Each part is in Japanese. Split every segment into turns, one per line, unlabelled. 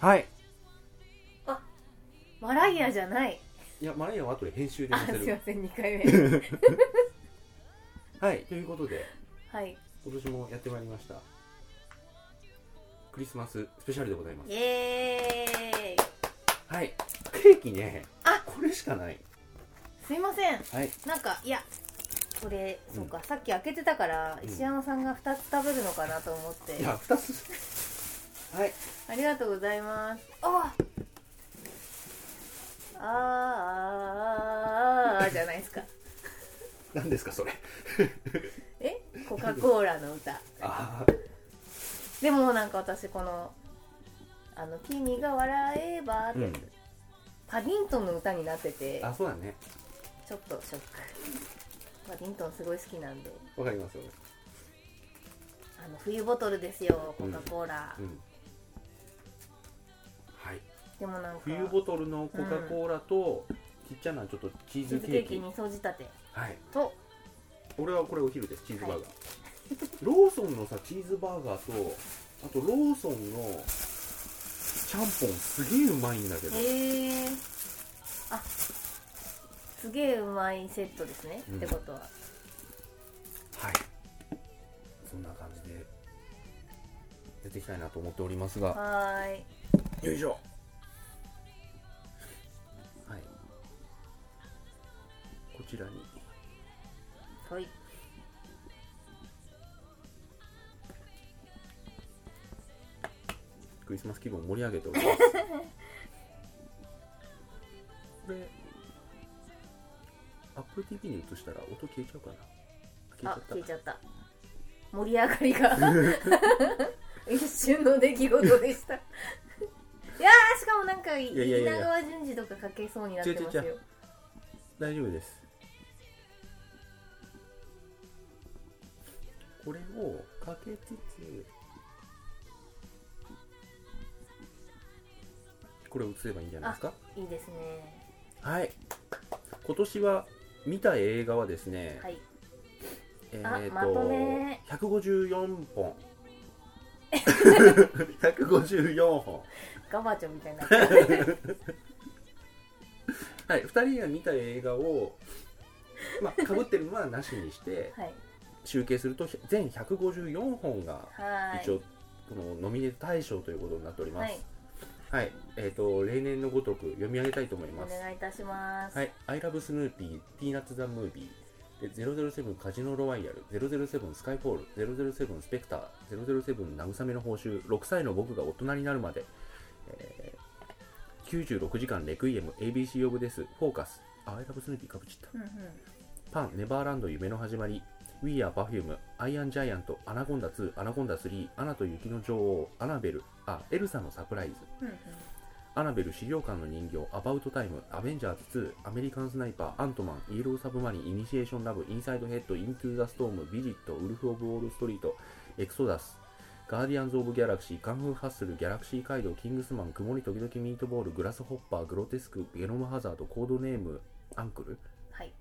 はい
マライアじゃない
いやマライアは後で編集で
あ
載せ
すいま
る
せん2 回目
はいということで
はい
今年もやってまいりましたクリスマススペシャルでございます
イエーイ
はいケーキね
あ
これしかない
すいません
はい
なんかいやこれ
うん
そうか、さっき開けてたから、
うん
石山さんが2つ食べるのかなと思って
いや2つはい
ありがとうございますあああーあーあーあーじゃないですか
何ですかそれ
えコカ・コーラの歌
あ
でもなんか私この「あの君が笑えば」っ
あ
て、
うん
パディントンの歌になってて
あそうだね
ちょっとショックパディントンすごい好きなんで
わかりますよ
あの冬ボトルですよコカ・コーラ、
うんはい
でもなんか
冬ボトルのコカ・コーラと、ちっちゃなちょっとチー
チ
ズ
ーズ
ケ
ケ
ー
ー
キ
キに掃除立て
はい
と
俺はこれお昼ですチーズバーガー、ローソンのさチーズバーガーとあとローソンのちゃんぽんすげえうまいんだけど、
へえあすげえうまいセットですね、
うん
ってことは
はいそんな感じで出ていきたいなと思っておりますが
はーい
よいしょはいこちらに
はい
クリスマス気分を盛り上げておりますこれ Apple TV に移したら音消えちゃうかな
あ消
消
え
えち
ち
ゃった
ゃった盛り上がり が一瞬の出来事で したいやーしかもなんか
やいやいや
稲川淳二とかかけそうになってますよ
違う違う違大丈夫ですこれをかけつつこれを映せばいいんじゃないですか
いいですね
はい今年は見た映画はですね、
はい
え
あ
ー
まとめ
154本 154本
ガバチョみたいになってる
はい2人が見た映画をまあかぶってるのはなしにして
はい
集計すると全154本が
は
一
ーい
応このノミネート大賞ということになっておりま
は
す
い
はい、えっ、と例年のごとく読み上げたいと思い
お
ます
願いいたします
はい、アイラブスヌーピー、ピーナッツ・ザ・ムービー、で007カジノ・ロワイヤル、007スカイフォール、007スペクター、007慰めの報酬、6歳の僕が大人になるまで、えー96時間レクイエム、ABC 呼ぶです、フォーカス、あアイラブスヌーピーかぶっちゃっ
うんうん
た、パン、ネバーランド、夢の始まり、We Are Perfume、アイアン・ジャイアント、アナコンダ2、アナコンダ3、アナと雪の女王、アナベル、あ、エルサのサプライズ、
うんうん
アナベル資料館の人形、アバウトタイム、アベンジャーズ2、アメリカンスナイパー、アントマン、イエローサブマリン、イニシエーションラブ、インサイドヘッド、イントゥーザストーム、ビジット、ウルフ・オブ・ウォール・ストリート、エクソダス、ガーディアンズ・オブ・ギャラクシー、カンフー・ハッスル、ギャラクシー・カイドウ、キングスマン、曇り時々ミートボール、グラス・ホッパー、グロテスク、ゲノム・ハザード、コードネーム、アンクル、
はい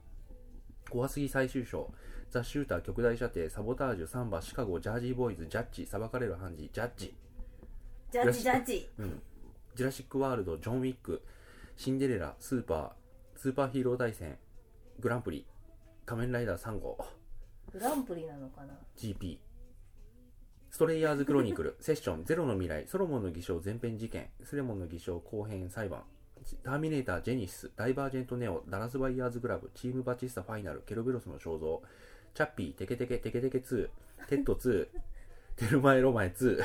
怖すぎ最終章、ザ・シューター、極大射程、サボタージュ、サンバ、シカゴ、ジャージー・ボーイズ、ジャッジ、裁かれる判事、ジャッジ、
ジャッジジャッジ
うん、ジュラシック・ワールド、ジョン・ウィック、シンデレラ、スーパー、スーパーヒーロー大戦、グランプリ、仮面ライダー3号、
グランプリなのかな
GP、ストレイヤーズ・クロニク ル、セッション、ゼロの未来、ソロモンの偽証、前編事件、スレモンの偽証、後編、裁判、ターミネーター、ジェニシス、ダイバージェント・ネオ、ダラス・ワイヤーズ・グラブ、チーム・バチスタ・ファイナル、ケロベロスの肖像、チャッピー、テケテケ、テケテケ2、テッド2、テルマエ・ロマエ2、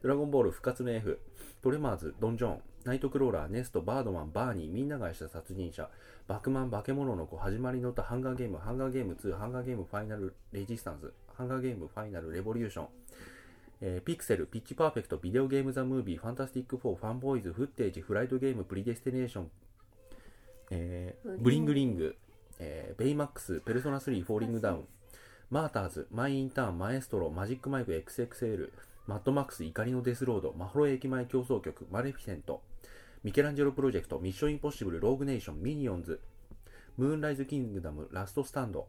ドラゴンボール復活の F、トレマーズ、ドンジョン、ナイトクローラー、ネスト、バードマン、バーニー、みんなが愛した殺人者、バックマン、化け物の子、始まりの歌、ハンガーゲーム、ハンガーゲーム2、ハンガーゲームファイナル、レジスタンス、ハンガーゲームファイナル、レボリューション、えーピクセル、ピッチパーフェクト、ビデオゲームザムービー、ファンタスティック4、ファンボーイズ、フッテージ、フライトゲーム、プリデスティネーション、えーブ
ブ
リ
リ
ン
ン
グリング、えーベイマックス、ペルソナ3、フォーリングダウン、マーターズ、マイ・インターン、マエストロ、マジック・マイク、XXL、マッドマックス、怒りのデスロード、マホロ駅前競争局、マレフィセント、ミケランジェロプロジェクト、ミッション・インポッシブル、ローグネーション、ミニオンズ、ムーンライズ・キングダム、ラスト・スタンド、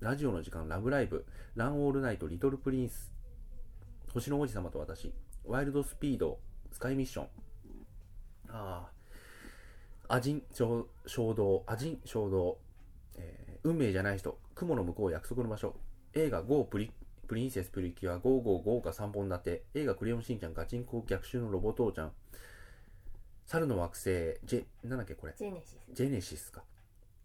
ラジオの時間、ラブライブ、ラン・オール・ナイト、リトル・プリンス、星の王子様と私、ワイルド・スピード、スカイミッション。ああ。アジン衝衝動、アジン衝動、えー運命じゃない人、雲の向こう約束の場所、映画 GO プリプリンセスプリキュア55豪華3本立て、映画クレヨンしんちゃんガチンコ逆襲のロボ父ちゃん、猿の惑星、ジェ、なんだっけこれ、
ジェネシス
ジェネシスか。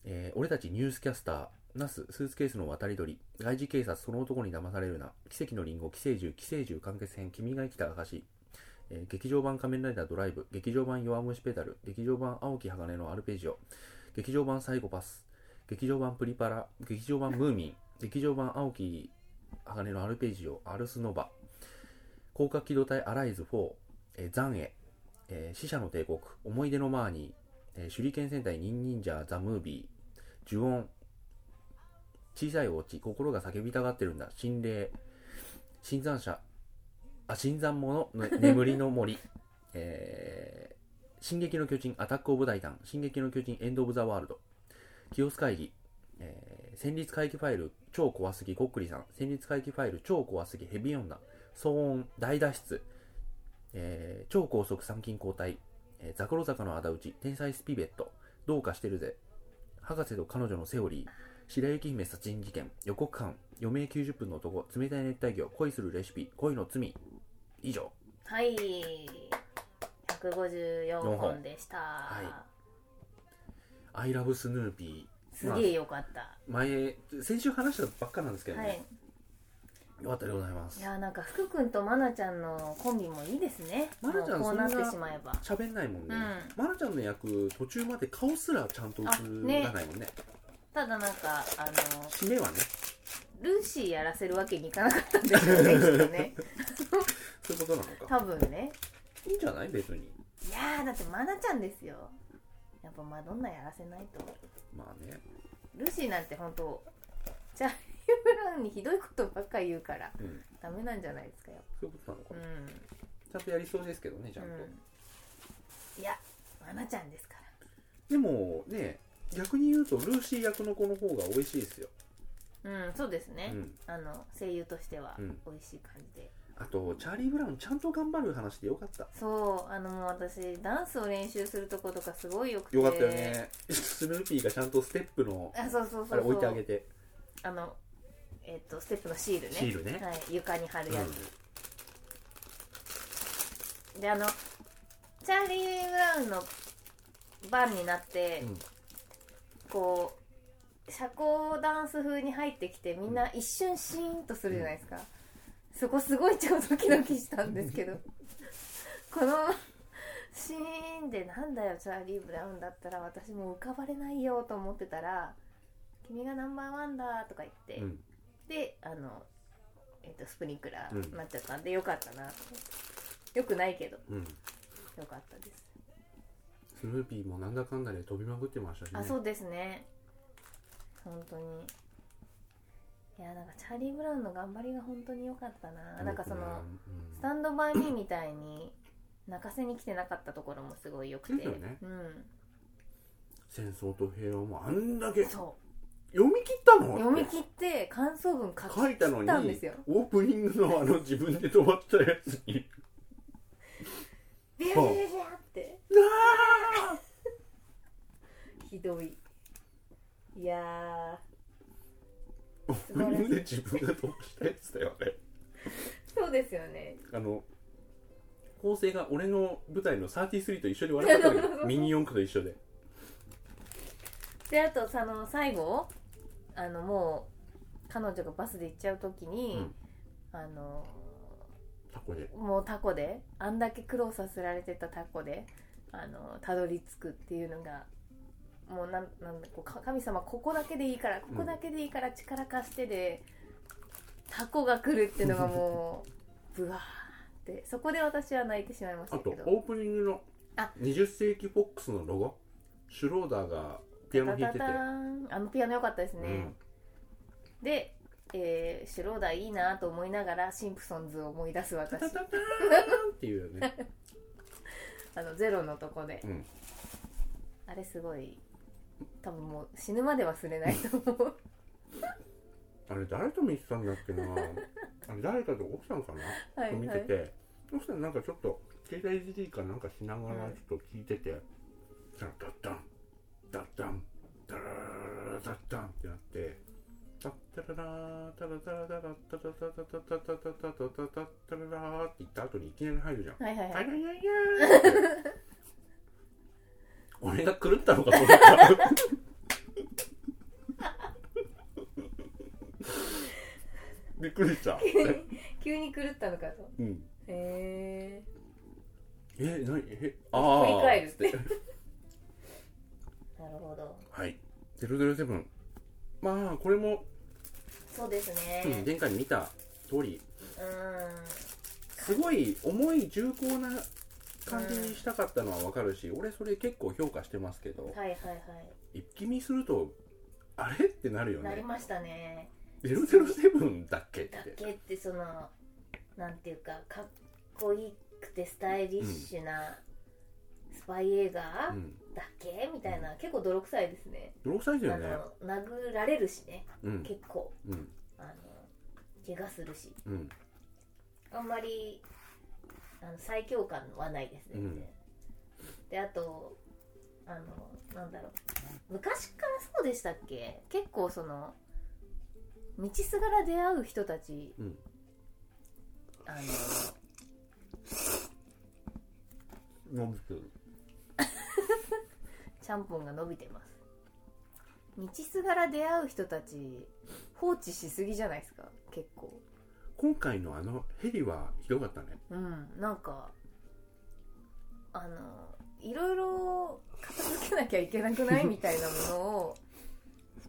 えー俺たちニュースキャスター、ナス、スーツケースの渡り鳥、外事警察、その男に騙されるな、奇跡のリンゴ、寄生獣、寄生獣完結編、君が生きた証、えー劇場版仮面ライダードライブ、劇場版弱虫ペダル、劇場版青き鋼のアルペジオ、劇場版サイコパス、劇場版プリパラ、劇場版ムーミン、劇場版青き鋼のアルペジオ、アルスノバ、広角機動隊アライズ4、えー、ザンエ、えー死者の帝国、思い出のマーニー、えー手裏剣戦隊ニンニンジャーザ・ムービー、呪音、小さいお家、心が叫びたがってるんだ、心霊、新山者、あ、新山者のね眠りの森、 えー進撃の巨人、アタック・オブ・ダイタン、進撃の巨人、エンド・オブ・ザ・ワールド、清須会議、えー戦慄回帰ファイル、超怖すぎ、こっくりさん、戦慄回帰ファイル、超怖すぎ、ヘビ女、騒音、大脱出、えー超高速参勤交代、えーザクロ坂の仇討ち、天才スピベット、どうかしてるぜ、博士と彼女のセオリー、白雪姫殺人事件、予告犯、余命90分の男、冷たい熱帯魚、恋するレシピ、恋の罪、以上。
はい154本でした、
は I love スヌーピ
すげえよかった、
ー。前、先週話したばっかなんですけど
はい
ね。よかったでございます
い。やーなんか福君とまなちゃんのコンビもいいですね
まなちゃん
もうこうなっ
そん
て
な
しまえば
喋んないもんね
うん。
まなちゃんの役、途中まで顔すらちゃんと映らないもんね。
ただなんかあの
締めはね、
ルーシーやらせるわけにいかなかったんですよねきっとね
そういうことなのか。
多分ね
いいんじゃない別に。
いやーだってまなちゃんですよやっぱマドンナやらせないと
まあね。
ルーシーなんて本当チャーリー・ブラウンにひどいことばっかり言うから
うん。
ダメなんじゃないですかやっ
そういうことなのか
ぱう。ん、
ちゃんとやりそうですけどね、ちゃんと。
うん、いやまなちゃんですから
でもね、逆に言うと、ルーシー役の子の方が美味しいですよ。
うんそうです
う
ね、
ん。
あの声優としては
うん
美味しい感じで、
あと、チャーリー・ブラウン、ちゃんと頑張る話でよかった。
そうあのもう私ダンスを練習するとことかすごいよくて
よかったよね。スヌーピーがちゃんとステップの、
あそうそうそうそう
あれ置いてあげて、
あのえっ、とステップのシールね
シールね
はい、床に貼るや
うん
つ、であのチャーリー・ブラウンの番になって、
うん
こう社交ダンス風に入ってきてみんな一瞬シーンとするじゃないですか、そこすごい超ドキドキしたんですけど このシーンでなんだよチャーリー・ブラウンだったら私もう浮かばれないよと思ってたら「君がナンバーワンだ」とか言って、
うん。
であの、えっとスプリンクラ
うん
ーになっちゃったんで、よかったなと思ってよくないけど
うん。
よかったです、
スヌーピーもなんだかんだで飛びまくってましたしね。
あそうですね本当にいやなんかチャーリー・ブラウンの頑張りが本当に良かったな、なんかその「ス
う
タンド・バイ・ミー」みたいに泣かせに来てなかったところもすごい良くて
ですよね
うん、
ん、戦争と平和もあんだけ読
そ
み切った
う
の
読み
っ
切って感想文書
て
き
書いたの
たん
に
ですよ
オープニングのあの自分で止まったやつ に
ビャービャービャービャーって
「ああ
ひどいいや ー
オープニングで自分が飛ばしたやつだよね
そうですよね
あの構成が俺の舞台の33と一緒で笑ったんだけ どミニ四駆と一緒で
であとその最後あのもう彼女がバスで行っちゃう時に、あの
タコで
もうタコであんだけ苦労させられてたタコであのたどり着くっていうのがもうなんなんだこうか神様ここだけでいいからここだけでいいから力貸してで、タコが来るっていうのがも うブワーってそこで私は泣いてしまいまし
あ
た
と
けど
オープニングの
あ
20世紀フォックスのロゴシュローダーがピアノ弾いてて
タタターンあのピアノ良かったですね、
うん
で、えーシュローダーいいなと思いながらシンプソンズを思い出す
タ
私
タタターンっていうね
あのゼロのとこで
うん
あれすごい多分もう死ぬまで忘れないと思 う
あれ誰と見てたんだっけなあれ誰かと奥さんかな、
はい
と見てて奥さんなんかちょっと携帯いじりかなんかしながら
うん
ちょっと聞いてて、ダッダンダッダンダララララダッダンってなってタッタララータラタラタラタタタタタタタタタタタタララーって言った後にいきなり入るじゃん
はいはい
あ
はい
いやいやいやーって俺が狂ったのかと思ったびっくりした
急に 急に狂ったのかと
うん
へえ
え何え
振り返る
ー
っ
ってて
なるほど
はい007まあこれも、
そうです
うん
ね
前回見た通り
うん
すごい重い重厚な感じにしたかったのはわかるし俺それ結構評価してますけど
はいはいは
一気見するとあれってなるよ
いなり
ね
ましたね
007だっけっ
だ
て
けってそのなんていうかかっこいいくてスタイリッシュなスパイ映画
うん
だけみたいな結構泥臭いですね
泥臭いだ
あ
よね
の殴られるしね
うん
結構
うん
あの怪我するし
うん
あんまりあの最強感はないですね、
うん
であとあのなんだろう昔からそうでしたっけ結構その道すがら出会う人たち、
うん
あの
伸びてる
ちゃんぽんが伸びてます道すがら出会う人たち放置しすぎじゃないですか結構
今回のあのヘリはひどかったね
うんなんかあのいろいろ片付けなきゃいけなくないみたいなものを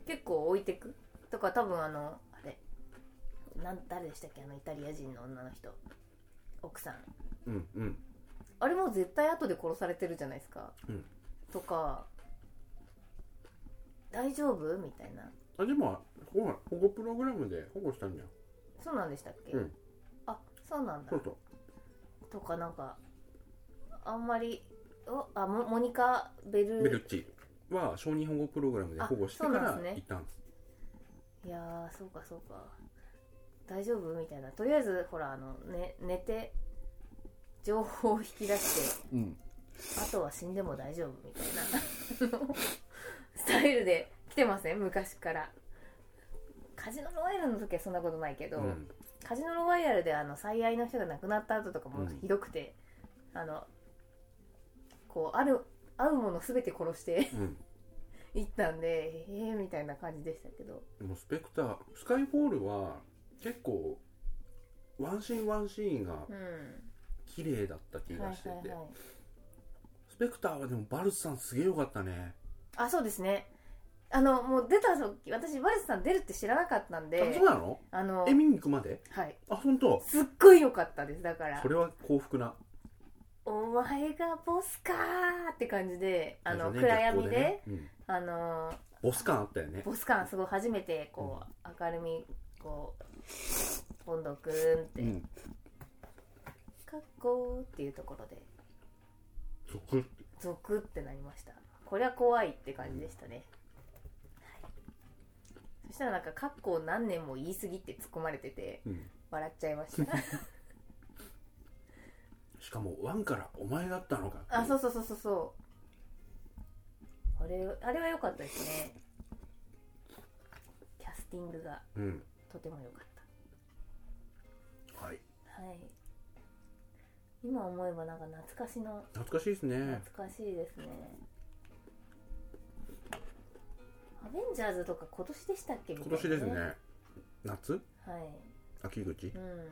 結構置いてくとか多分あのあれなん誰でしたっけあのイタリア人の女の人奥さん
うんうん
あれもう絶対後で殺されてるじゃないですか、
うん
とか大丈夫みたいな
あでもほら保護プログラムで保護したんだよ
そうなんでしたっけ、
うん
あそうなんだ
そうそう
とかなんかあんまりおあモモニカ・ベル
ベルッチは小児保護プログラムで保護してか
あそう
ら
なんですね
行ったんです
いやーそうかそうか大丈夫みたいなとりあえずほらあの、ね、寝て情報を引き出して
うん
あとは死んでも大丈夫みたいな あのスタイルで来てません昔からカジノロワイヤルの時はそんなことないけど、
うん
カジノロワイヤルであの最愛の人が亡くなった後と
う
かも
ん
ひどくて、あのこうある会うもの全て殺して行ったんでええー、みたいな感じでしたけど
うんもうスペクタースカイフォールは結構ワンシーンワンシーンが
うん
綺麗だった気
は
が
い
して
はい
て
はい
スペクターはでもバルスさんすげえよかったね
あそうですねあのもう出た時私バルスさん出るって知らなかったん
あ
で
そうなの
あの
え見に行くまで
はい
あ本当
すっごい良かったですだから
それは幸福な
お前がボスかーって感じであの、
ね
暗闇で
逆光ねうん
あの
ボス感あったよね
ボス感すごい初めてこう、明るみこうボンドくーんって、
うん
かっこーっていうところで
ゾクッて
ゾクってなりましたこれは怖いって感じでしたね、はい、そしたらなんか「かっこ何年も言い過ぎ」って突っ込まれてて
うん
笑っちゃいました
しかもワンからお前だったのか
あそううそうそうそうそうあれあれは良かったですねキャスティングが
うん
とても良かった
はい
はい。今思えばなんか懐かしの
懐かしいですね
懐かしいですね。アベンジャーズとか今年でしたっけみたい
今
な
年ですね夏
はい。
秋口
うん。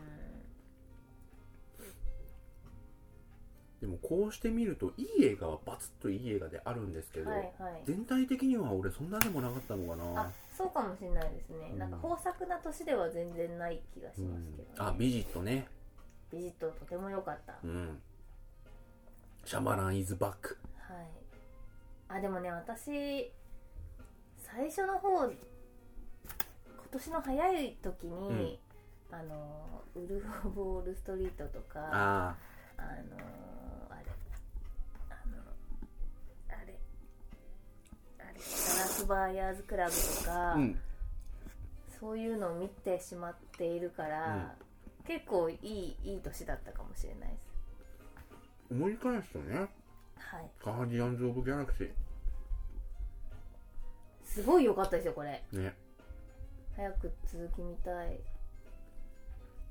でもこうして見るといい映画はバツッといい映画であるんですけど、
はいはい。
全体的には俺そんなでもなかったのか
あ
な、
そうかもしれないですね。
うん
なんか豊作な年では全然ない気が
う
しますけ
ん
ど、ね、
あビジットね
ビジットとても良かった。
うんシャマランイズバック
はい。あでもね私最初の方今年の早い時に、あのウルフ・オブ・ウォール・ストリートとかあ
あ
のあれあのあれあれガラスバーヤーズクラブと
あ
か、
うん
そういうのを見てしまっているから、結構いいいい年だったかもしれないです
思い返すとね
はい
「ガーディアンズ・オブ・ギャラクシ
すごい良かったですよこれ
ー」ね
早く続き見たい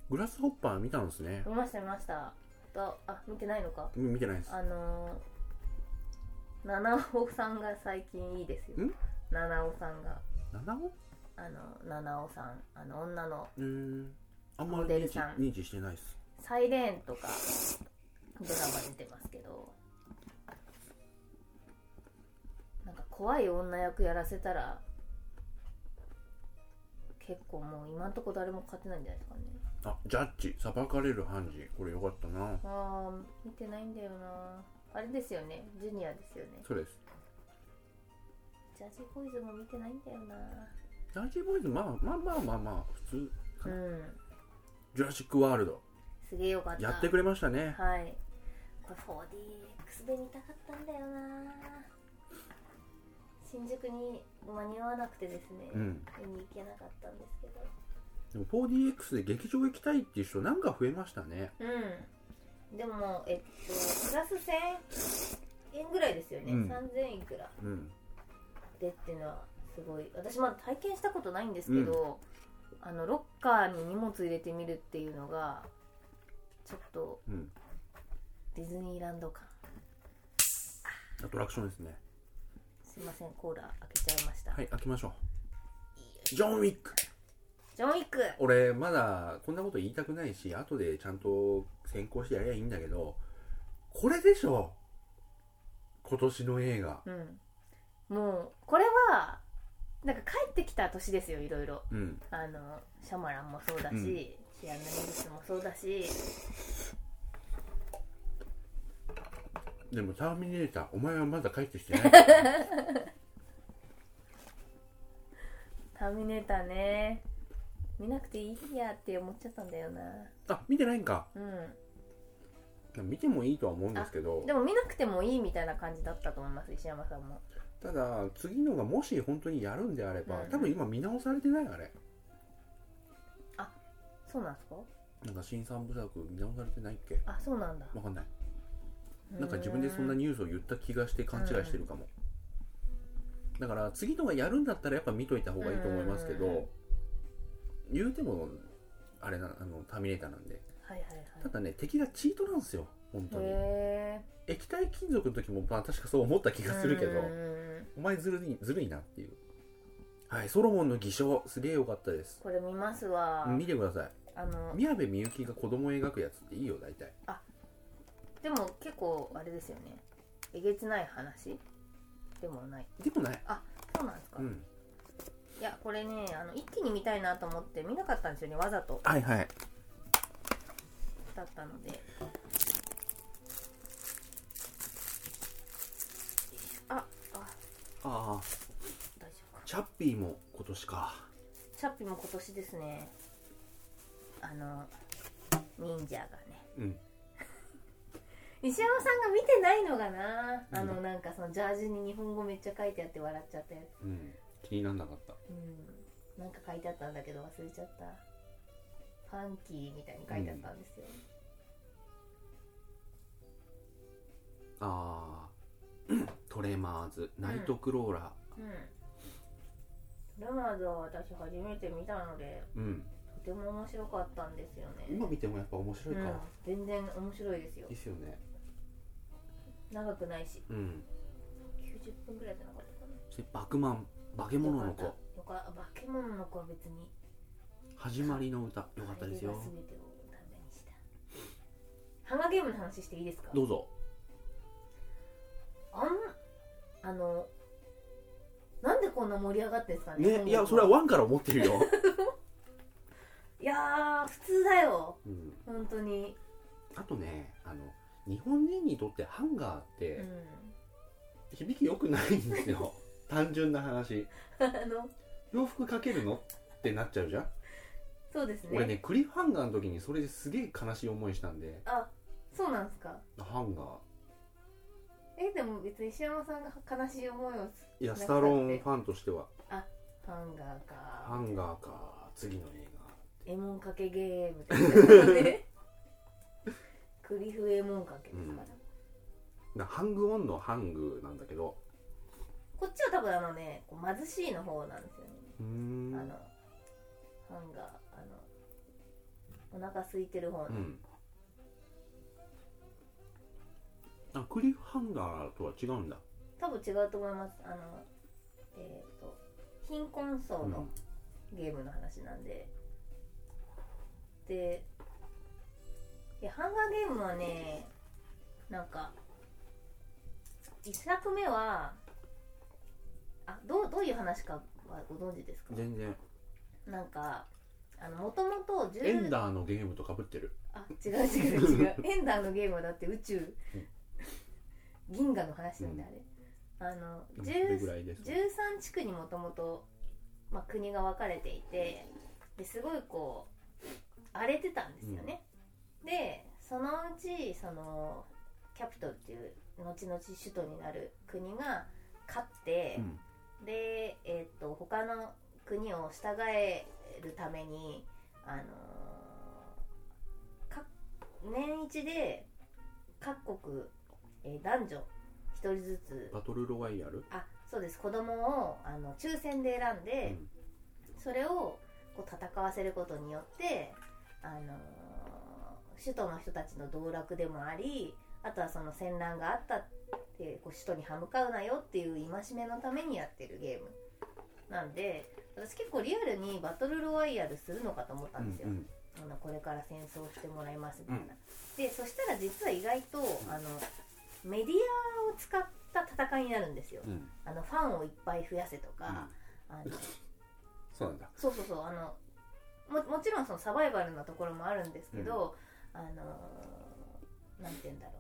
グラスホッパー見たんですね
見ました見ましたあとあ見てないのか
見てないです
あのー、七尾さんが最近いいですよ
ん
七尾さんが
七尾
あの七尾さんあの女の
うーんあんま
モ
り
デ
認
ル
知
さん
認知してないです
サイレーンとかドラマ出てますけどなんか怖い女役やらせたら結構もう今んとこ誰も勝てないんじゃないですかね
あジャッジ裁かれる判事これよかったな
ああ見てないんだよなあれですよねジュニアですよね
そうです
ジャージボーイズも見てないんだよな
ジャッジボーイズまあまあまあまあまあ普通
うん
ジュラシック・ワールド
すげえよかった
やってくれましたね
はいこれ 4DX で見たかったんだよな新宿に間に合わなくてですね、
うん
見に行けなかったんですけど
でも 4DX で劇場行きたいっていう人なんか増えましたね
うんでもえっとプラス1000円ぐらいですよね、
うん
3000いくら
うん
でっていうのはすごい私まだ体験したことないんですけど、あのロッカーに荷物入れてみるっていうのがちょっと
うん
ディズニーランド感
アトラクションですね
すいませんコーラ開けちゃいました、
はい開きましょうジョン・ウィック
ジョンウィック
俺まだこんなこと言いたくないし後でちゃんと先行してやりゃいいんだけどこれでしょ今年の映画
うん、もうこれはなんか帰ってきた年ですよいろいろ
うん
あのシャマランもそうだし、
うん
キアヌ・リースもそうだし
でも「ターミネーター」お前はまだ帰ってきてないから
「ターミネーターね」見なくていいやって思っちゃったんだよな
あ見てないんか
うん
見てもいいとは思うんですけど
でも見なくてもいいみたいな感じだったと思います石山さんも
ただ次のがもし本当にやるんであれば、
うん
多分今見直されてないあれ
そうなんですか
なんか新三部作見直されてないっけ
あそうなんだ
わかんないなんか自分でそんな
に
ニュースを言った気がして勘違いしてるかも、だから次のがやるんだったらやっぱ見といた方がいいと思いますけど、
うん
言うてもあれなあのターミネーターなんで
はいはいはい
ただね敵がチートなんですよ本当に
へ
液体金属の時もまあ確かそう思った気
え
がするけど、
ど
お前ずるいずるいなっていうはいソロモンの偽証すげえ良かったです
これ見ますわ
見てください
あの
宮部みゆきが子供を描くやつっていいよ大体
でも結構あれですよねえげつない話でもない
でもない
そうなんですか、
う
い
ん
やこれねあの一気に見たいなと思って見なかったんですよねわざと
はいはい
だったのでよいしょああ
ああ
大丈夫か
チャッピーも今年か
チャッピも今年ですねあの忍者がね
うん
西山さんが見てないのがなあ
う
のなんかそのジャージに日本語めっちゃ書いてあって笑っちゃったやつ
うん気にならなかった
うん、なんか書いてあったんだけど忘れちゃったファンキーみたいに書いてあったんですよ、
あートレマーズナイトクローラ
うんラマーズは私初めて見たので
ーうん、
とても面白かったんですよね、
今見てもやっぱ面
う
白いか、
ん、全然面白いですよ
ですよね
長くないし
うん
90分ぐらいじゃなかったかな
そしてバクマン化け物の
よ
子
かったよか化け物の子は別に
始まりの歌よかったですよ
あれが全てをダメにしたハンガーゲームの話していいですか
どうぞ
あんあのなんでこんな盛り上がってんですかね
ねいやそれはワンから思って るよ、
いやー普通だよ
うん、
本当に
あとねあの日本人にとってハンガーっ
う
て
ん
響き良くないんですよ単純な話
あの
洋服かけるのってなっちゃうじゃん
そうですね
俺ねクリフハンガーの時にそれですげえ悲しい思いしたんで
あそうなんですか
ハンガー
えでも別に石山さんが悲しい思いをす
いや
なくたって
スタローンファンとしては
ハンガーか
ハンガーか次の映
エモン かけゲームですよねクリフエモンかけですから、
なハングオンのハングなんだけど
こっちは多分あのねこう貧しいの方なんですよね、
うーん
あのハンガーあのお腹空いてる方の、
うんあクリフハンガーとは違うんだ
多分違うと思いますあのえっ、と貧困層のゲームの話なんで、でいやハンガーゲームはねなんか1作目はあどうどういう話かはご存知ですか
全然
なんかあのもともと
エンダーのゲームとかぶってる
あ違う違う 違うエンダーのゲームはだって宇宙、銀河の話なんであれ、あの
それぐ
10
らいです
13地区にもともとまあ国が分かれていてですごいこう荒れてたんですよね、でそのうちそのキャピトルっていう後々首都になる国が勝って、
うん
で、えー、と他の国を従えるために、あのーか年一で各国、えー男女一人ずつ
バトルロワイヤル
あそうです子供をあの抽選で選んで、それをこう戦わせることによって、あのー首都の人たちの道楽でもありあとはその戦乱があったってこう首都に歯向かうなよっていう戒めのためにやってるゲームなんで私結構リアルにバトルロワイヤルするのかと思ったんですよ、
うん
あのこれから戦争してもらいますみたいな、でそしたら実は意外とあのメディアを使った戦いになるんですよ、
うんうん
あのファンをいっぱい増やせとか、あの
そうなんだ
そうそうそうあのももちろんそのサバイバルなところもあるんですけど、あのーなんて言うんだろ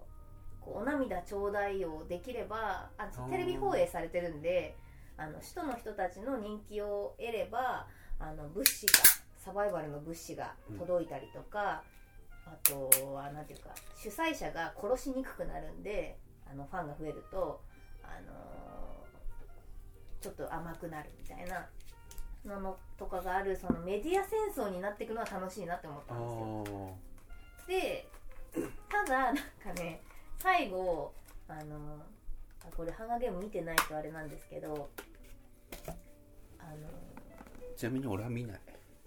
うこうお涙ちょうだいをできればあ
あー
テレビ放映されてるんであの首都の人たちの人気を得ればあの物資がサバイバルの物資が届いたりとか、あとはなんていうか主催者が殺しにくくなるんであのファンが増えると、あのーちょっと甘くなるみたいなののとかがあるそのメディア戦争になっていくのは楽しいなって思っ
あ
たんですよ。
ー
でただなんかね最後あのあこれハンガーゲーム見てないとあれなんですけどあの
ちなみに俺は見ない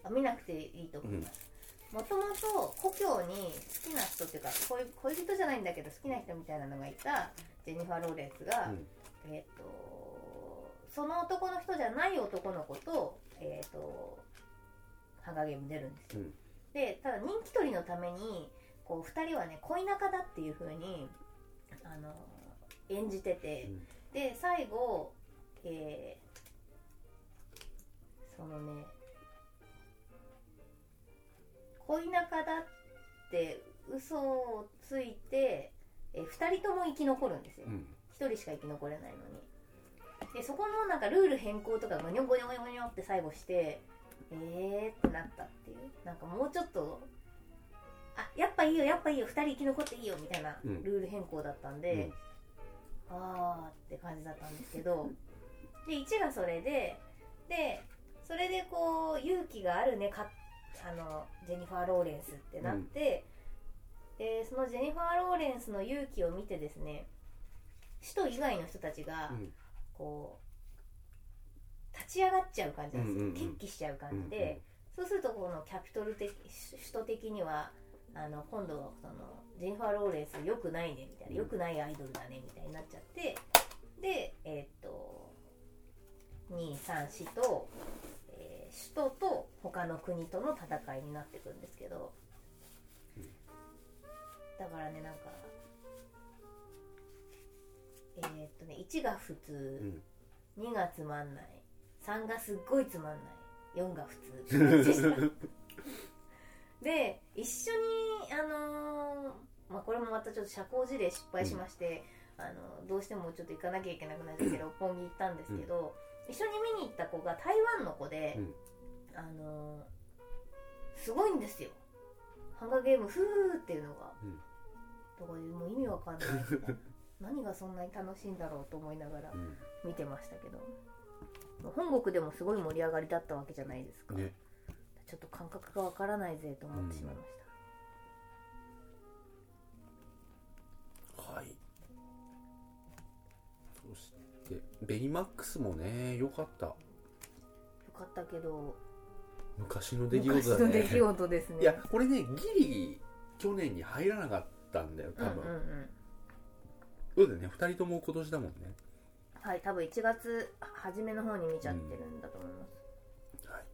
あ見なくていいと思いますもともと故郷に好きな人っていうか恋恋人じゃないんだけど好きな人みたいなのがいたジェニファー・ローレンスが、
うん
えっ、とその男の人じゃない男の子と,、えっとハンガーゲーム出るんですよ、
うん
でただ人気取りのためにこう2人はね恋仲だっていう風にあの演じてて、
うん
で最後、えーそのね恋仲だって嘘をついて、え2人とも生き残るんですよ、
うん
1人しか生き残れないのにでそこのなんかルール変更とかゴニョゴニョゴニョゴニョって最後してえーってなったっていうなんかもうちょっとあやっぱいいよやっぱいいよ2人生き残っていいよみたいな
うん
ルール変更だったんで、あーって感じだったんですけどで1がそれででそれでこう勇気があるねかあのジェニファー・ローレンスってなって、でそのジェニファー・ローレンスの勇気を見てですね首都以外の人たちが
うん
こう立ち上がっちゃう感じなんですよ、
うんうんうん
決起しちゃう感
うん
じで。そうするとこのキャピトル的首都的にはあの今度はそのジェニファー・ローレンス良くないねみたいな
うん
良くないアイドルだねみたいになっちゃってでえーっと234と、えー首都と他の国との戦いになってくるんですけど
うん
だからねなんかえーっとね1が普通、
うん
2がつまんない3がすっごいつまんない4が普通って感じで したで一緒にあのーまあ、これもまたちょっと社交辞令失敗しまして、あのどうしてもちょっと行かなきゃいけなくなって六本木行ったんですけど、一緒に見に行った子が台湾の子で、
うん
あのーすごいんですよハンガーゲームフーっていうのが、
うん
だからもう意味わかんない みたいな何がそんなに楽しいんだろうと思いながら
うん
見てましたけど本国でもすごい盛り上がりだったわけじゃないですか、
ね
ちょっと感覚がわからないぜと思ってしまいまし
はいしてベイマックスもね良かった
かったけど
昔の出来事だ
昔の出
ね
来事です ね
いやこれねギリ去年に入らなかったんだよ
う
多
んうん
分、
うん
そうだよね2人とも今年だもんね
はい多分1月初めの方に見ちゃってるんだと思います
はい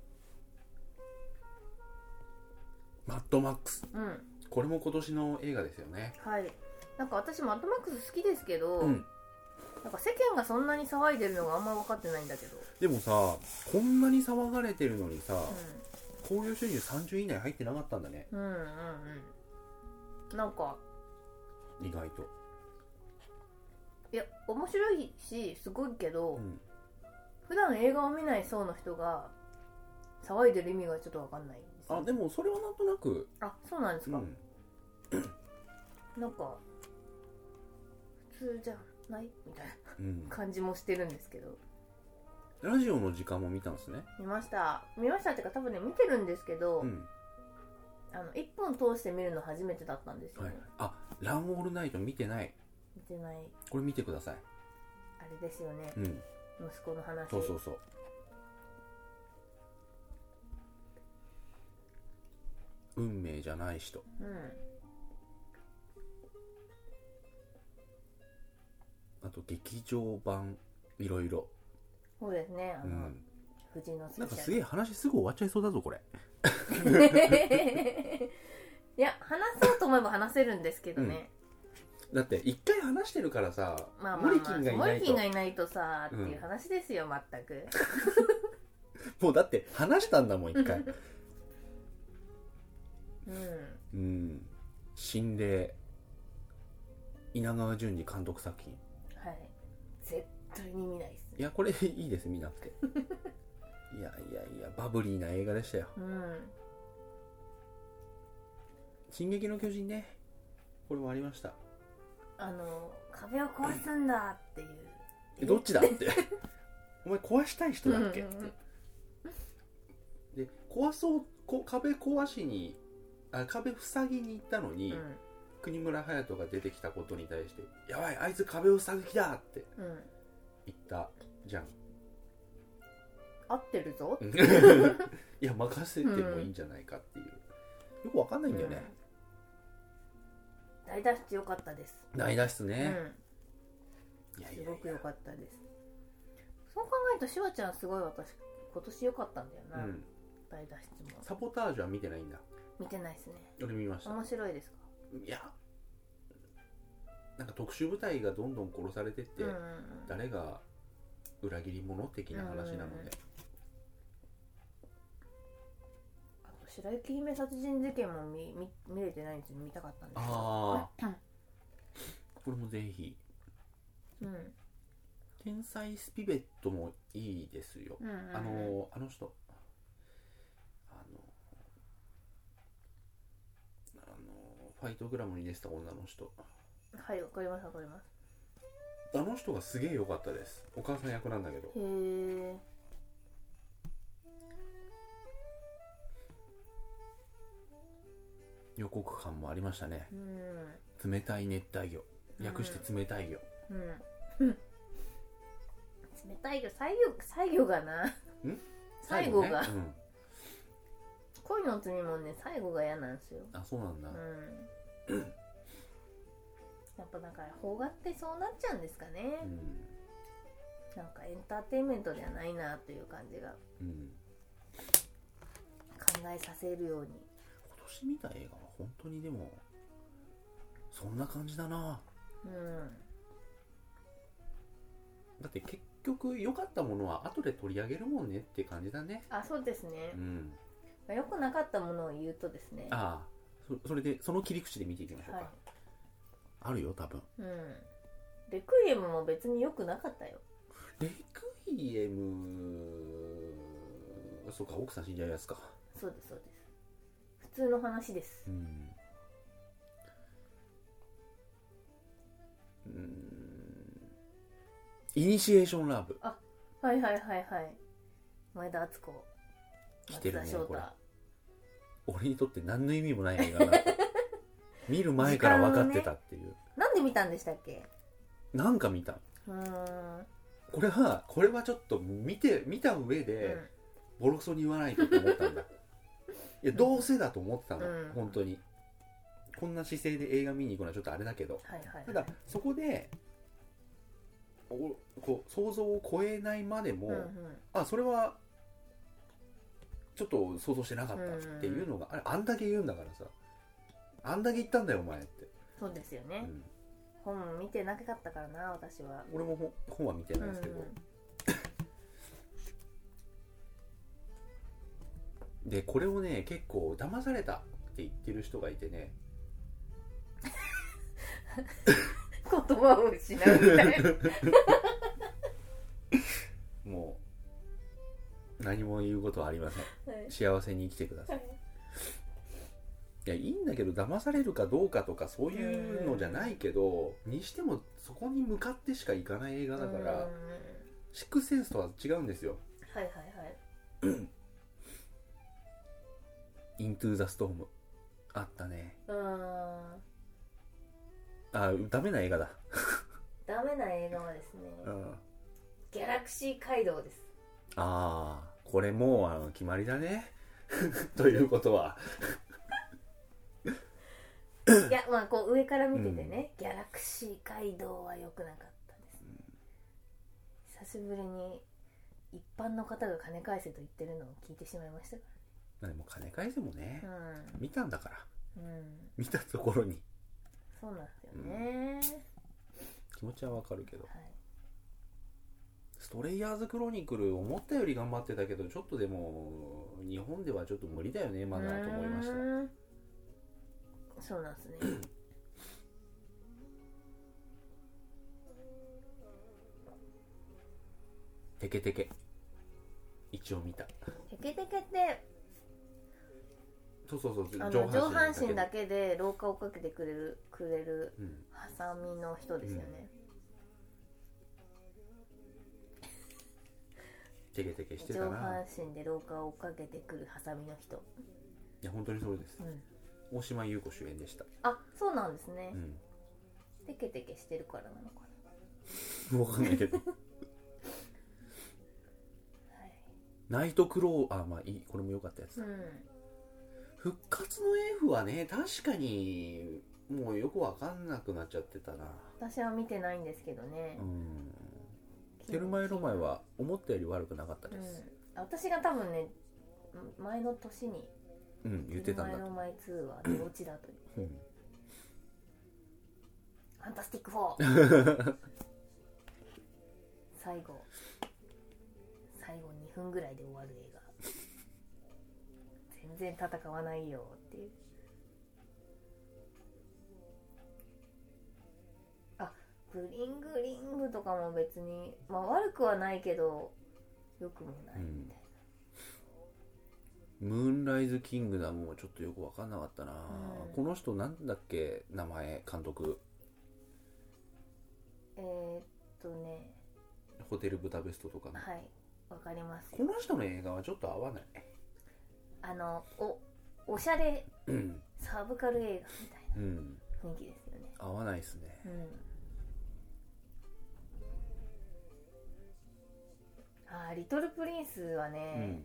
マッドマックス
うん、
これも今年の映画ですよね
はいなんか私マッドマックス好きですけど、
うん
なんか世間がそんなに騒いでるのがあんま分かってないんだけど、
でもさこんなに騒がれてるのにさ
う
興行収入30位以内入ってなかったんだね
ん、うんうんうんなんか
意外と、
いや面白いしすごいけど、
うん
普段映画を見ない層の人が騒いでる意味がちょっと分かんないんです
あ
よ
でもそれはなんとなく、
あそうなんです
う
か、
ん、
なんか普通じゃないみたいな
うん、
感じもしてるんですけど
ラジオの時間も見たんですね
見ました見ましたっていうか多分ね見てるんですけど、
うん、
あの1本通して見るの初めてだったんですよ、
は
ね
い、あランオールナイト見てない
見てない
これ見てください
あれですよね
うん
息子の話
そうそうそう運命じゃない人
うん
あと劇場版いろいろ
そうですねあ
う
の、
ん
藤井のス
なん
ペ
か
シャ
す
ル
げえ話すぐ終わっちゃいそうだぞこれ
いや話そうと思えば話せるんですけどね、
だって一回話してるからさ、
まあまあ
モリ
ま
キ
あ
ンがいな
森
い
キ
と
ンがいないとさって
うん
いう話ですよ、全く
もうだって話したんだもん一 回
うん
うん心霊稲川淳二監督作品
はい絶対に見ないです
いやこれいいです見なくていやいやいやバブリーな映画でしたよ
うん
「進撃の巨人ね」これもありました
あの壁を壊すんだっていう
えどっちだって お前壊したい人だっけっ
うんうんうん
てで壊そうこ壁壊しにあ壁塞ぎに行ったのに、
う
国村隼人が出てきたことに対して「やばいあいつ壁を塞ぐ気だ!」って
んうん
言ったじゃん
合ってるぞ
い や任せてもいいんじゃないかっていう、よくわかんないんだよね、
うん大脱出良かったです、
大脱出
う
ね、
ん
いやい
す
やい
ごく良
や
かったですそう考えるとシュワちゃんすごい私今年良かったんだよ
う
な、
ん、
大脱出も
サポタージュは見てないんだ
見てないですね
俺見ました
面白いですか
いやなんか特殊部隊がどんどん殺されてって、
うんうんうん
誰が裏切り者的な話なので、
あと白雪姫殺人事件も見見見れてないんですよ見たかったんですけど
ああこれもぜひ
うん、
天才スピベットもいいですよ、
うんうんうん
あのあの人あのあのファイトグラムに出てた女の人
はいわかりますわかります
あの人がすげえ良かったですお母さん役なんだけど
へえ
予告感もありましたね
うん
冷たい熱帯魚
うん
略して冷たい魚、
うん冷たいよ最後最後がな最後が、
ね
恋の罪もね最後が嫌なんですよ
うん、あそうなんだ、
うんやっぱだから邦画ってそうなっちゃうんですかね、
うん
なんかエンターテインメントではないなという感じが
うん
考えさせるように
今年見た映画は本当にでもそんな感じだな
うん
だって結局良かったものは後で取り上げるもんねって感じだね
あそうですね
う、ん
まあ良くなかったものを言うとですね
ああそそれでその切り口で見ていきましょうか、
はい
あるよ多分
うんレクイエムも別に良くなかったよ
レクイエムそうか奥さん死んじゃうやつか
そうですそうです普通の話です
うんうんイニシエーションラブ
はいはいはいはい前田敦子
来てるね
松田翔
こ
太
れ俺にとって何の意味もない映画だ 見る前から分かってたっていう、
なんで見たんでしたっけ
なんか見た
あう
こ
ん
れはこれはちょっと見て見た上で、ボロクソに言わないとと思った んだいやどうせだと思ってたの、
うん
本当にこんな姿勢で映画見に行くのはちょっとあれだけど
はいはい
ただそこでおこう想像を超えないまでも、
うんうん
あそれはちょっと想像してなかったっていうのが、あれあんだけ言うんだからさあんだけ言ったんだよお前って、
そうですよ
う
ね、
ん
本見てなかったからな私は
俺も本本は見てないですけど、でこれをね結構騙されたって言ってる人がいてね
うん言葉を失う みたいな
もう何も言うことはありません幸せに生きてくださいいやいいんだけど騙されるかどうかとかそういうのじゃないけどにしてもそこに向かってしか行かない映画だから
うん
シックスセンスとは違うんですよ
はいはいはい
イントゥーザストームあったね
うん
あダメな映画だ
ダメな映画はですね
うん
ギャラクシー街道です
ああこれもうあの決まりだね ということはい
やまあこう上から見ててね、ギャラクシー街道は良くなかったです、久しぶりに一般の方が金返せと言ってるのを聞いてしまいましたか
まあでも金返せもね
ら
見たんだから
うん、うん、
見たところに
そうなんですよね、
気持ちはわかるけど
はい
ストレイヤーズクロニクル思ったより頑張ってたけどちょっとでも日本ではちょっと無理だよねまだと思いました
うーんそうなんです ね
テケテケ一応見た
テケテケって
そうそうそう
あの上半身だ
け
けで廊下をかけてくれるくれる
うん
ハサミの人ですよね、
テケテケしてた
上
な
半身で廊下をかけてくるハサミの人、
いや本当にそうです
うん、
大島優子主演でした
あそうなんですね
う、ん
テケテケしてるからなのか
分かんないけど
なはい
ナイトクローあまあいいこれも良かったやつだ
う
復活の F はね確かにもうよくわかんなくなっちゃってたなん
私は見てないんですけどね
う、んテルマエロマエは思ったより悪くなかった
う
です
ん、私が多分ね前の年に
うん、
「
言ってたん
テ
だ
ルマエロマエ2」は出落ちだという
うん
「ファンタスティック4」最後最後2分ぐらいで終わる映画全然戦わないよっていうあグリングリングとかも別にまあ悪くはないけど良くもないみたい
ムーンライズ・キングダムもちょっとよく分かんなかったな、
うん
この人なんだっけ名前監督
な、えー、っとね
ホテル・ブダペストとかの
はいわかります
この人の映画はちょっと合わない
あのおおしゃれ
うん、
サブカル映画みたいな
うん、
雰囲気ですよね
合わないですね
あーリトルプリンスは
う
ね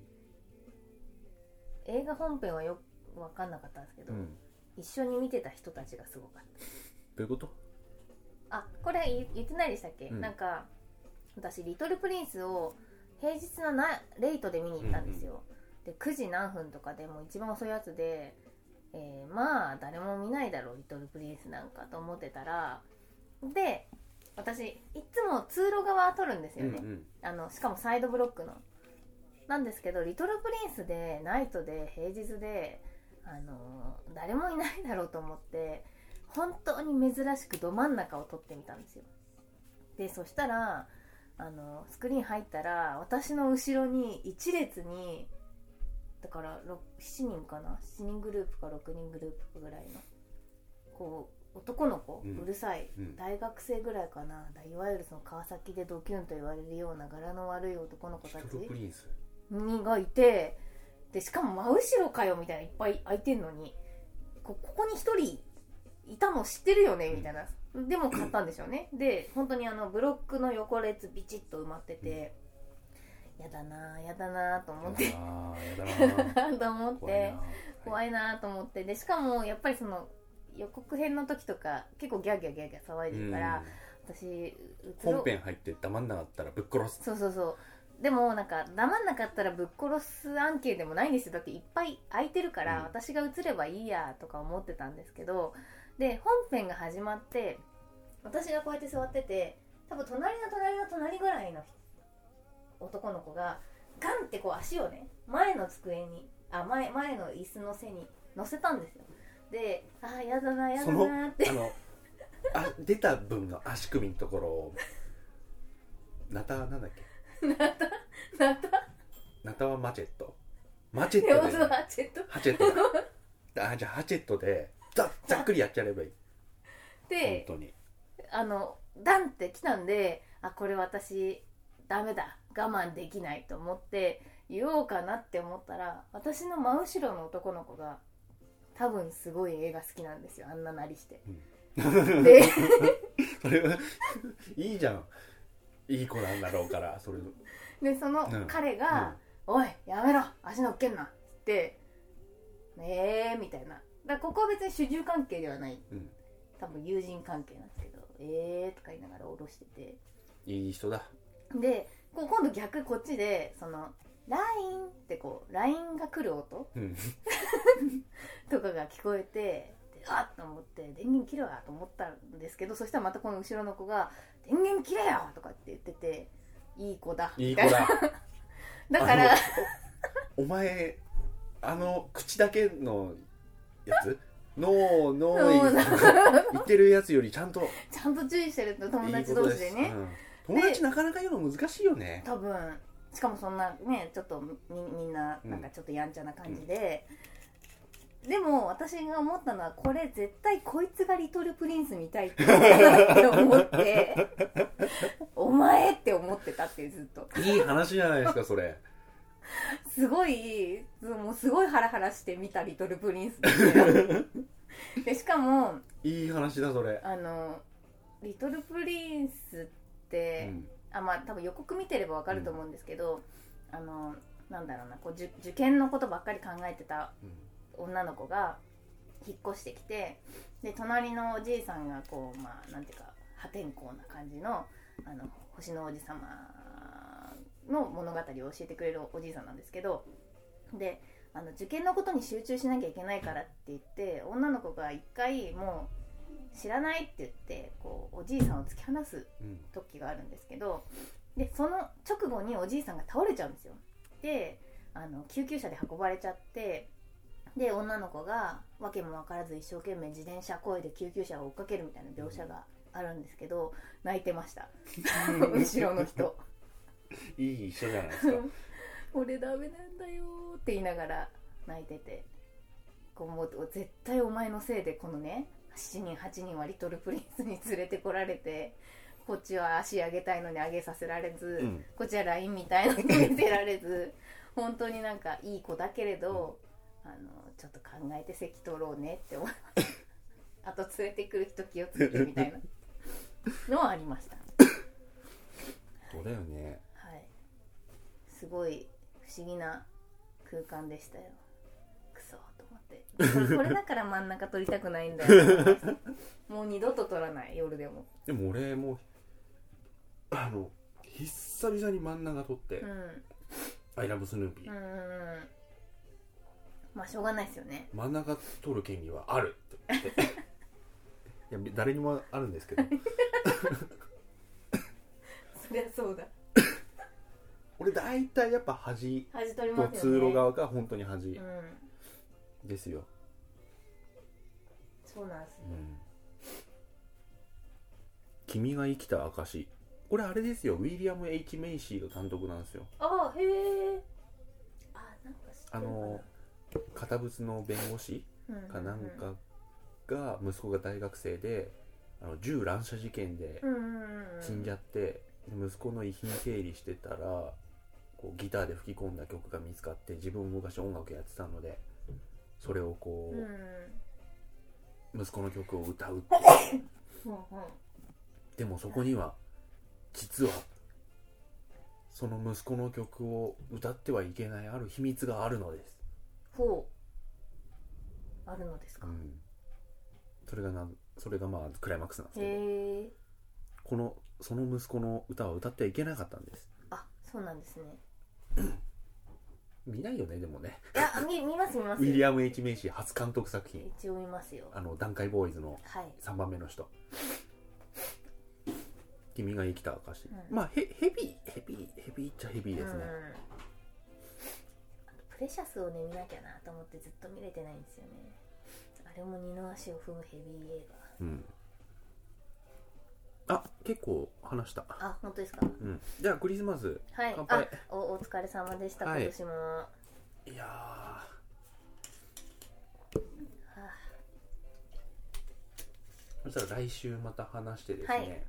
ん、
映画本編はよく分かんなかったんですけ
う
ど、
ん
一緒に見てた人たちがすごかっ
どういうこと
たあこれ言言ってないでしたっけ、
うん
なんか私リトルプリンスを平日のなレイトで見に行ったんですよ、で9時何分とかでもう一番遅いやつで、えーまあ誰も見ないだろうリトルプリンスなんかと思ってたらで私いつも通路側撮るんですよね、
うん
あのしかもサイドブロックのなんですけど「リトル・プリンス」でナイトで平日で、あのー誰もいないだろうと思って本当に珍しくど真ん中を撮ってみたんですよでそしたら、あのスクリーン入ったら私の後ろに1列にだからろく7人かな7人グループか6人グループかぐらいのこう男の子、
う
うんるさい
うん
大学生ぐらいかなだいわゆるその川崎でドキュンと言われるような柄の悪い男の子
リ
た
ト
ち
ル・プリンス
にがいてでしかも真後ろかよみたいないっぱい空いてんのにこここに一人いたの知ってるよねみたいなでも買ったんでしょうねで本当にあのブロックの横列ビチッと埋まってて、やだなぁやだなぁと思って
あーやだなー
や だなぁと思って
怖いな
怖いなぁと思ってでしかもやっぱりその予告編の時とか結構ギャーギャーギャーギャー騒いでるから、私うつろ
本編入って黙んなかったらぶっ殺す
そうそうそうでもなんか黙んなかったらぶっ殺す案件でもないんですよだっていっぱい空いてるから、
うん
私が映ればいいやとか思ってたんですけどで本編が始まって私がこうやって座ってて多分隣の隣の隣ぐらいの男の子がガンってこう足をね前の机にあ前前の椅子の背に乗せたんですよであーやだなやだ
その
なって
あのあ出た分の足首のところをナタなんだっけ
なった
ナタはマチェットマチェッ
でも
ト
そう
で
あちょっと
ハチェットだあじゃあハチェットでざざっくりやっちゃえばいい
で
本当に
あのダンって来たんであこれ私ダメだ我慢できないと思って言おうかなって思ったら私の真後ろの男の子が多分すごい映画好きなんですよあんななりしてで
それはいいじゃんいい子なんだろうからそれ
でその
うん
彼が「おいやめろ足乗っけんな」って「えー」みたいなだからここは別に主従関係ではない
うん
多分友人関係なんですけど「えー」とか言いながら下ろしてて
いい人だ
でこう今度逆こっちでその「LINE」ってこう LINE が来る音
うん
とかが聞こえてであっと思って電源切れわと思ったんですけどそしたらまたこの後ろの子が「電源切れよ!」とかって言ってて「いい子だ」
いい子 だ
だから
あのおお前あの口だけのや つノーノ
そうだ
ー言ってるやつよりちゃんと
ちゃんと注意してると友
いい
達
こと
同
で
士
す
でね
うん友達なかなか言うの難しいよね
多分しかもそんなねちょっとみみんななんかちょっとやんちゃな感じで、でも私が思ったのはこれ絶対こいつがリトルプリンス見たいって言ってたなって思ってお前って思ってたってずっと
いい話じゃないですかそれ
すごいもうすごいハラハラして見たリトルプリンスででしかも
いい話だそれ、
あのリトルプリンスっ
う
て、
ん、
あまあ多分予告見てればわかると思うんですけど、あのなんだろうなこう受受験のことばっかり考えてた女の子が引っ越してきてで隣のおじいさんがこうまあなんていうか破天荒な感じのあの星の王子様の物語を教えてくれるおじいさんなんですけどであの受験のことに集中しなきゃいけないからって言って女の子が一回もう知らないって言ってこうおじいさんを突き放す
うん
時があるんですけどでその直後におじいさんが倒れちゃうんですよであの救急車で運ばれちゃってで女の子が訳も分からず一生懸命自転車こいで救急車を追っかけるみたいな描写があるんですけど泣いてました 後ろの人
いい人じゃない ですか
「俺ダメなんだよ」って言いながら泣いててこうもう絶対お前のせいでこのね7人8人はリトルプリンスに連れてこられてこっちは足上げたいのに上げさせられず、
うん
こっちは LINE みたいのに見せられず本当になんかいい子だけれど、あのちょっと考えて席取ろう ねって思いましたあと連れてくる人気をつけてみたいなのはありました
そうだよね
はい、すごい不思議な空間でしたよクソと思ってこれこれだから真ん中撮りたくないんだよ と思いましたもう二度と撮らない夜でも
でも俺もあの久々に真ん中取って
うん
「アイラブスヌーピ
う
ー
んうんうんまあしょうがないですよね」
真ん中取る権利はあるって思って いや誰にもあるんですけど
そりゃそうだ
俺大体やっぱ端
端取り
と
ますよね
通路側が本当に
う
端
ん
ですよ、
そうなんです
う、ん君が生きた証これあれですよウィリアム・ H ・メイシーの単独なんですよ
ああへえあなんか知って
あ
る
の堅物の弁護士かなんかが息子が大学生であの銃乱射事件で
うんうんうんうん
死んじゃって、で息子の遺品整理してたらこうギターで吹き込んだ曲が見つかって自分も昔音楽やってたのでそれをこ
う
う、
ん
息子の曲を歌うって
うんうん
でもそこには実はその息子の曲を歌ってはいけないある秘密があるのです、
ほうあるのですか、
それがなんそれがまあクライマックスなんですけど
へえ
このその息子の歌は歌ってはいけなかったんです
あそうなんですね
見ないよねでもね
いや見見ます見ます
ウィリアム・ H ・メイシー初監督作品
一応見ますよ
あの「段階ボーイズ」の
はい
3番目の人君が生きた証、
うん
まあヘヘビーヘビーヘビーっちゃヘビーですね、
うんあとプレシャスをね見なきゃなと思ってずっと見れてないんですよねあれも二の足を踏むヘビー映
うん、あ結構話した、
画あ本当ですか
うん、じゃあクリスマス
はい
乾
あ
杯
おお疲れ様でした今
はい
年も、はい
や
あ
ーそしたら来週また話してですね、
はい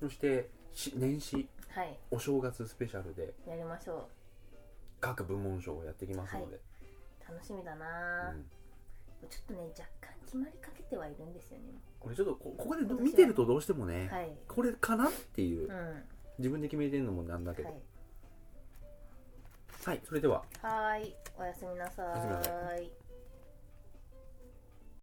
そしてし年始
はい
お正月スペシャルで
やりましょう
各部門賞をやってきますので、
楽しみだな、
うん
ちょっとね若干決まりかけてはいるんですよね
これちょっとこここで見てるとどうしてもね、
はい
これかなっていう、
うんは
自分で決めてるのもなんだけ
い
どはい、それでは
はーいおやすみなさ
おやすみな
ーい